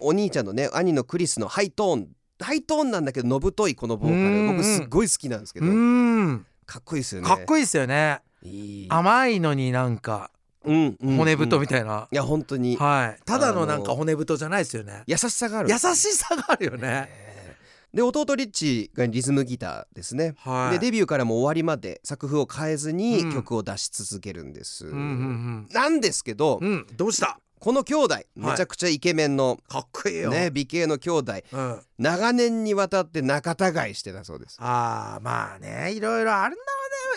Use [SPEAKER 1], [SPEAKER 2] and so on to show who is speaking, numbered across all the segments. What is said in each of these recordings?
[SPEAKER 1] お兄ちゃんのね兄のクリスのハイトーンハイトーンなんだけどのぶといこのボーカ
[SPEAKER 2] うん
[SPEAKER 1] ル僕すっごい好きなんですけ
[SPEAKER 2] う
[SPEAKER 1] ど
[SPEAKER 2] ん
[SPEAKER 1] かっこいいですよね
[SPEAKER 2] かっこいいですよね
[SPEAKER 1] いい
[SPEAKER 2] 甘いのになんか
[SPEAKER 1] うんうん
[SPEAKER 2] 骨太み
[SPEAKER 1] い
[SPEAKER 2] たいな、
[SPEAKER 1] いや本当に
[SPEAKER 2] はいただのなんか骨太じゃないですよね
[SPEAKER 1] 優しさがある
[SPEAKER 2] 優しさがあるよね
[SPEAKER 1] で弟リッチがリズムギターですね
[SPEAKER 2] はい
[SPEAKER 1] でデビューからも終わりまで作風を変えず
[SPEAKER 2] うん
[SPEAKER 1] に曲を出し続けるんです、
[SPEAKER 2] うんうん
[SPEAKER 1] なんですけど、
[SPEAKER 2] うんうんどうした
[SPEAKER 1] この兄弟めちゃくちゃイケメンの、
[SPEAKER 2] かっこいいよ、
[SPEAKER 1] ね、美形の兄弟
[SPEAKER 2] うん、あ
[SPEAKER 1] 長年にわたって仲違いしてたそうです
[SPEAKER 2] あーまあねいろいろあるんだ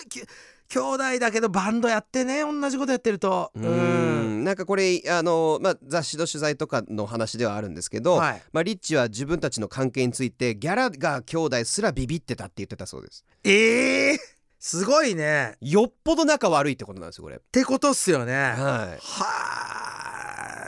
[SPEAKER 2] ろうねき兄弟だけどバンドやってね同じことやってると
[SPEAKER 1] うーんなんかこれあの、まあ、雑誌の取材とかの話ではあるんですけど、
[SPEAKER 2] はい
[SPEAKER 1] まあ、リッチは自分たちの関係についてギャラが兄弟すらビビってたって言ってたそうです
[SPEAKER 2] ええー、すごいねっ
[SPEAKER 1] よっぽど仲悪いってことなんですよこれ
[SPEAKER 2] てことっすよね
[SPEAKER 1] はい
[SPEAKER 2] はあ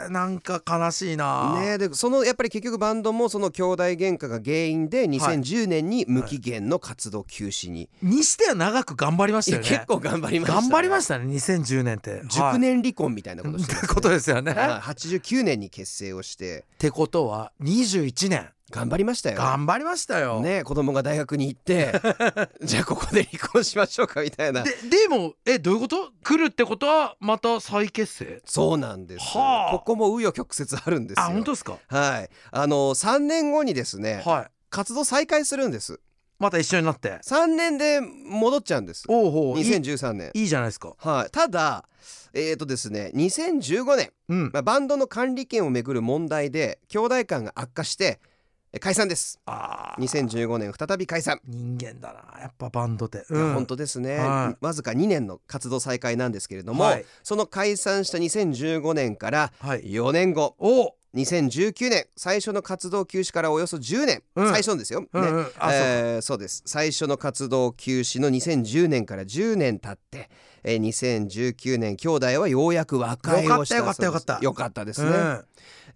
[SPEAKER 2] なんか悲しいな、
[SPEAKER 1] ねえ、でそのやっぱり結局バンドもその兄弟喧嘩が原因で2010年に無期限の活動休止に、
[SPEAKER 2] にしては長く頑張りまし
[SPEAKER 1] い
[SPEAKER 2] た
[SPEAKER 1] や
[SPEAKER 2] よね
[SPEAKER 1] 結構頑張りました、
[SPEAKER 2] 頑張りま
[SPEAKER 1] し
[SPEAKER 2] したね2010年って
[SPEAKER 1] 熟年離婚みたいな
[SPEAKER 2] はい
[SPEAKER 1] ことしてま
[SPEAKER 2] って
[SPEAKER 1] す、
[SPEAKER 2] ことですよね、
[SPEAKER 1] はい
[SPEAKER 2] っ
[SPEAKER 1] 89年に結成をして
[SPEAKER 2] てことは21年
[SPEAKER 1] 頑張りましたよ
[SPEAKER 2] 頑張りましたよ、
[SPEAKER 1] ねえ子供が大学に行って じゃあここで離婚しましょうかみたいな
[SPEAKER 2] ででもえどういうこと来るってことはまた再結成
[SPEAKER 1] そうなんです、
[SPEAKER 2] はあ
[SPEAKER 1] ここも紆余曲折あるんですよ
[SPEAKER 2] あ本当ですか
[SPEAKER 1] はいあの3年後にですね、
[SPEAKER 2] はい
[SPEAKER 1] 活動再開するんです
[SPEAKER 2] また一緒になって
[SPEAKER 1] 3年で戻っちゃうんです
[SPEAKER 2] おうおういい
[SPEAKER 1] 2013年
[SPEAKER 2] いいじゃないですか
[SPEAKER 1] はい、ただえーとですね2015年、
[SPEAKER 2] うん
[SPEAKER 1] まあ、バンドの管理権をめぐる問題で兄弟間が悪化してえ解散です
[SPEAKER 2] あー
[SPEAKER 1] 2015年再び解散、
[SPEAKER 2] 人間だなやっぱバンドって、
[SPEAKER 1] いや
[SPEAKER 2] うん、
[SPEAKER 1] 本当ですね、
[SPEAKER 2] は
[SPEAKER 1] わずか2年の活動再開なんですけれども、
[SPEAKER 2] はい
[SPEAKER 1] その解散した2015年から
[SPEAKER 2] はい
[SPEAKER 1] 4年後
[SPEAKER 2] おう
[SPEAKER 1] 2019年最初の活動休止からおよそ10年、
[SPEAKER 2] うん
[SPEAKER 1] 最初のですよ、ね
[SPEAKER 2] うんうんあそうか
[SPEAKER 1] えーそうです最初の活動休止の2010年から10年経って、えー2019年兄弟はようやく和解をした
[SPEAKER 2] よかったよかっ
[SPEAKER 1] そう
[SPEAKER 2] た
[SPEAKER 1] です
[SPEAKER 2] よ
[SPEAKER 1] よかったですね、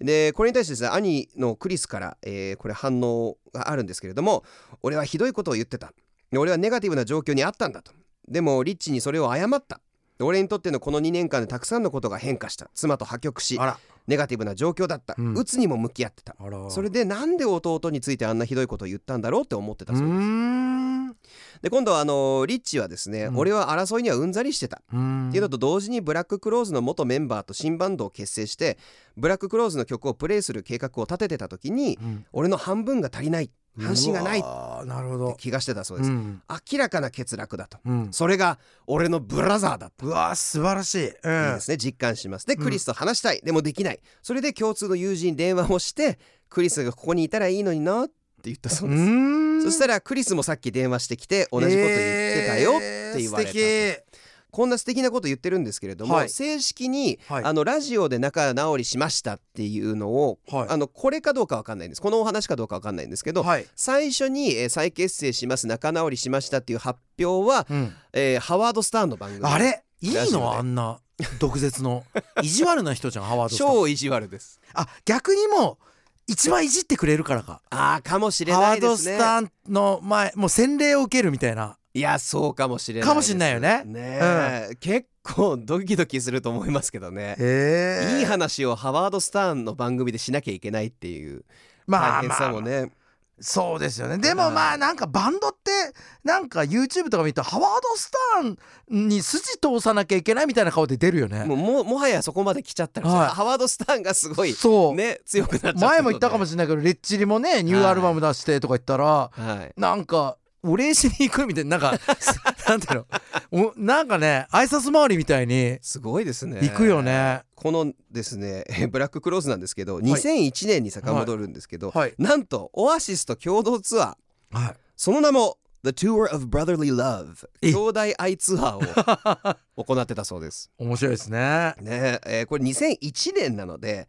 [SPEAKER 1] でこれに対してですね兄のクリスから、えーこれ反応があるんですけれども俺はひどいことを言ってたで俺はネガティブな状況にあったんだとでもリッチにそれを謝ったで俺にとってのこの2年間でたくさんのことが変化した妻と破局
[SPEAKER 2] う
[SPEAKER 1] し
[SPEAKER 2] ん、あら
[SPEAKER 1] ネガティブな状況だった、
[SPEAKER 2] う
[SPEAKER 1] うんつにも向き合ってた
[SPEAKER 2] あら
[SPEAKER 1] そ
[SPEAKER 2] れ
[SPEAKER 1] れでなんで弟についてあんなひどいことを言ったんだろうって思って
[SPEAKER 2] う
[SPEAKER 1] たそうです
[SPEAKER 2] ーんう
[SPEAKER 1] で今度はあのリッチはですね、
[SPEAKER 2] うん
[SPEAKER 1] 俺は争いにはうんざりしてたっ
[SPEAKER 2] ーん
[SPEAKER 1] ていうのと同時にブラッククローズの元メンバーと新バンドを結成してブラッククローズの曲をプレイする計画を立ててた時に
[SPEAKER 2] うん
[SPEAKER 1] 俺の半分が足りない半身がないっ
[SPEAKER 2] う
[SPEAKER 1] て
[SPEAKER 2] わーなるほど
[SPEAKER 1] 気がしてたそうです、
[SPEAKER 2] ん
[SPEAKER 1] 明らかな欠落だと
[SPEAKER 2] うん、
[SPEAKER 1] それが俺のブラザーだった
[SPEAKER 2] うわー素晴らしい、うん、
[SPEAKER 1] いいですね実感しますで
[SPEAKER 2] うん
[SPEAKER 1] クリスと話したい、でもできないそれで共通の友人に電話をしてクリスがここにいたらいいのになって言ったそううです、
[SPEAKER 2] ーん
[SPEAKER 1] そしたらクリスもさっき電話してきて同じこと言ってたよって言われたと、
[SPEAKER 2] えー素
[SPEAKER 1] こんな素敵なこと言ってるんですけれども、
[SPEAKER 2] はい
[SPEAKER 1] 正式に、
[SPEAKER 2] 敵はい
[SPEAKER 1] あのラジオで仲直りしましたっていうのを、
[SPEAKER 2] はい
[SPEAKER 1] あのこれかどうかわかんないんですこのお話かどうかわかんないんですけど、
[SPEAKER 2] はい、
[SPEAKER 1] 最初に、えー再結成します仲直りしましたっていう発表は、
[SPEAKER 2] うん、
[SPEAKER 1] えーハワード・スターンの番組
[SPEAKER 2] あれい
[SPEAKER 1] ラ
[SPEAKER 2] い
[SPEAKER 1] ジオで
[SPEAKER 2] のあんな毒舌の意地悪な 人じゃんハワードさん
[SPEAKER 1] 超意地悪です
[SPEAKER 2] あ逆にもう一番いじってくれるからか、
[SPEAKER 1] ああかもしれ
[SPEAKER 2] ハワ
[SPEAKER 1] な
[SPEAKER 2] ー
[SPEAKER 1] い
[SPEAKER 2] ド
[SPEAKER 1] です
[SPEAKER 2] ス
[SPEAKER 1] ね
[SPEAKER 2] ターンの前もう洗礼を受けるみたいない
[SPEAKER 1] やそうかもしれないです
[SPEAKER 2] かもしれないよね
[SPEAKER 1] ねえ、結構ドキドキすると思いますけどね
[SPEAKER 2] へ
[SPEAKER 1] いい話をハワード・スターンの番組でしなきゃいけないっていう
[SPEAKER 2] ま
[SPEAKER 1] 大
[SPEAKER 2] あ
[SPEAKER 1] 変
[SPEAKER 2] ま
[SPEAKER 1] さ
[SPEAKER 2] あ
[SPEAKER 1] もね、
[SPEAKER 2] そうですよねでもま
[SPEAKER 1] は
[SPEAKER 2] あ
[SPEAKER 1] い
[SPEAKER 2] なんかバンドってなんか YouTube とか見るとハワードスターンに筋通さなきゃいけないみたいな顔で出るよね
[SPEAKER 1] もうももはやそこまで来ちゃったら、
[SPEAKER 2] はい
[SPEAKER 1] ハワード・スターンがすごい
[SPEAKER 2] そう、
[SPEAKER 1] ね強くなっちゃった
[SPEAKER 2] 前も言ったかも
[SPEAKER 1] し
[SPEAKER 2] しれないけどレッチリもねニューアルバム出してとか言ったら、
[SPEAKER 1] れない、はい、
[SPEAKER 2] なんかお礼しに行くみたいなな んかなんていうのおなんかね挨拶回りみたいに
[SPEAKER 1] すごいですね
[SPEAKER 2] 行くよね、
[SPEAKER 1] このですねえブラッククローズなんですけど、2001年に遡るんですけど、
[SPEAKER 2] はい
[SPEAKER 1] なんとオアシスと共同ツアー
[SPEAKER 2] は
[SPEAKER 1] その名も The Tour of Brotherly Love
[SPEAKER 2] え
[SPEAKER 1] 兄弟愛ツアー を行ってたそうです
[SPEAKER 2] い面白いですね
[SPEAKER 1] ねえーこれ2001年なので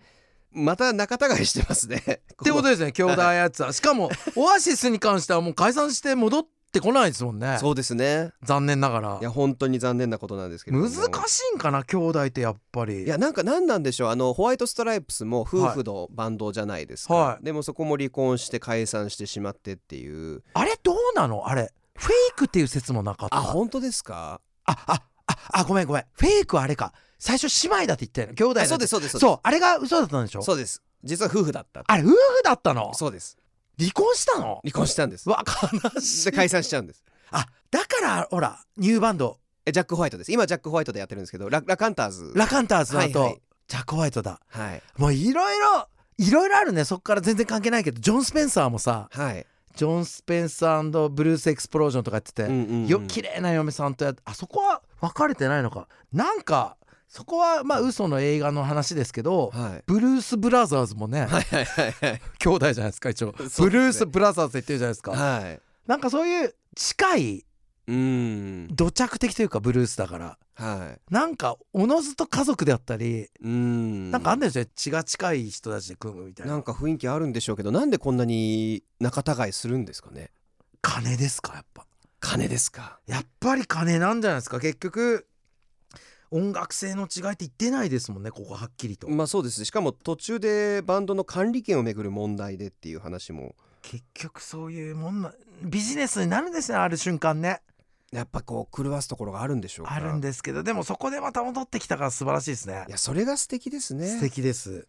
[SPEAKER 1] また仲違いしてますね
[SPEAKER 2] ってことですね兄弟やつはしかもオアシスに関してはもう解散して戻ってこないですもんね
[SPEAKER 1] そうですね
[SPEAKER 2] 残念ながら
[SPEAKER 1] いや本当に残念なことなんですけれども
[SPEAKER 2] 難しいんかな兄弟ってやっぱり
[SPEAKER 1] いやなんか何なんでしょうあのホワイトストライプスも夫婦のバンドじゃないですか、
[SPEAKER 2] はい
[SPEAKER 1] でもそこも離婚して解散してしまってっていう
[SPEAKER 2] あれどうなのあれフェイクっていう説もなかった
[SPEAKER 1] あ本当ですか
[SPEAKER 2] ああああごめんごめんフェイクはあれか最初姉妹だって言ったよね兄弟だって
[SPEAKER 1] そうですそうです
[SPEAKER 2] そうあれが嘘だったんでしょ
[SPEAKER 1] そうです実は夫婦だった
[SPEAKER 2] あれ夫婦だったの
[SPEAKER 1] そうです
[SPEAKER 2] 離婚したの
[SPEAKER 1] 離婚したんです
[SPEAKER 2] うわ悲し
[SPEAKER 1] で
[SPEAKER 2] い
[SPEAKER 1] 解散しちゃうんです
[SPEAKER 2] あだからほらニューバンド
[SPEAKER 1] えジャック・ホワイトです今ジャック・ホワイトでやってるんですけどララカンターズ
[SPEAKER 2] ラカンターズの
[SPEAKER 1] はいは
[SPEAKER 2] 後
[SPEAKER 1] い
[SPEAKER 2] ジャック・ホワイトだ
[SPEAKER 1] はい
[SPEAKER 2] もういろいろいろいろあるねそっから全然関係ないけどジョン・スペンサーもさ
[SPEAKER 1] はい、
[SPEAKER 2] ジョン・スペンサーブルース・エクスプロージョンとかやってて、
[SPEAKER 1] うんうんうん
[SPEAKER 2] よ綺麗な嫁さんとやっあそこは別れてないのかなんかそこはまあ嘘の映画の話ですけど、
[SPEAKER 1] はい
[SPEAKER 2] ブルース・ブラザーズもね、
[SPEAKER 1] はいはいはいはい
[SPEAKER 2] 兄弟じゃないですか 一
[SPEAKER 1] そ
[SPEAKER 2] 応
[SPEAKER 1] うですね
[SPEAKER 2] ブルース・ブラザーズって言ってるじゃないです か、
[SPEAKER 1] はい
[SPEAKER 2] なんかそういう近いう
[SPEAKER 1] ーん
[SPEAKER 2] 土着的というかブルースだから
[SPEAKER 1] は
[SPEAKER 2] なんかおのずと家族であったり、
[SPEAKER 1] いうーん
[SPEAKER 2] なんかあんだよね血が近い人たちで組むみたいな
[SPEAKER 1] なんか雰囲気あるんでしょうけどなんでこんなに仲違いするんですかね
[SPEAKER 2] 金ですかやっぱ
[SPEAKER 1] 金ですか
[SPEAKER 2] やっぱり金なんじゃないですか結局音楽性の違いって言ってないですもんねここはっきりと、
[SPEAKER 1] まあそうですしかも途中でバンドの管理権をめぐる問題でっていう話も
[SPEAKER 2] 結局そういうもんなビジネスになるんですねある瞬間ね
[SPEAKER 1] やっぱこう狂わすところがあるんでしょうか
[SPEAKER 2] あるんですけどでもそこでまた戻ってきたから素晴らしいですね
[SPEAKER 1] いやそれが素敵ですね
[SPEAKER 2] 素敵です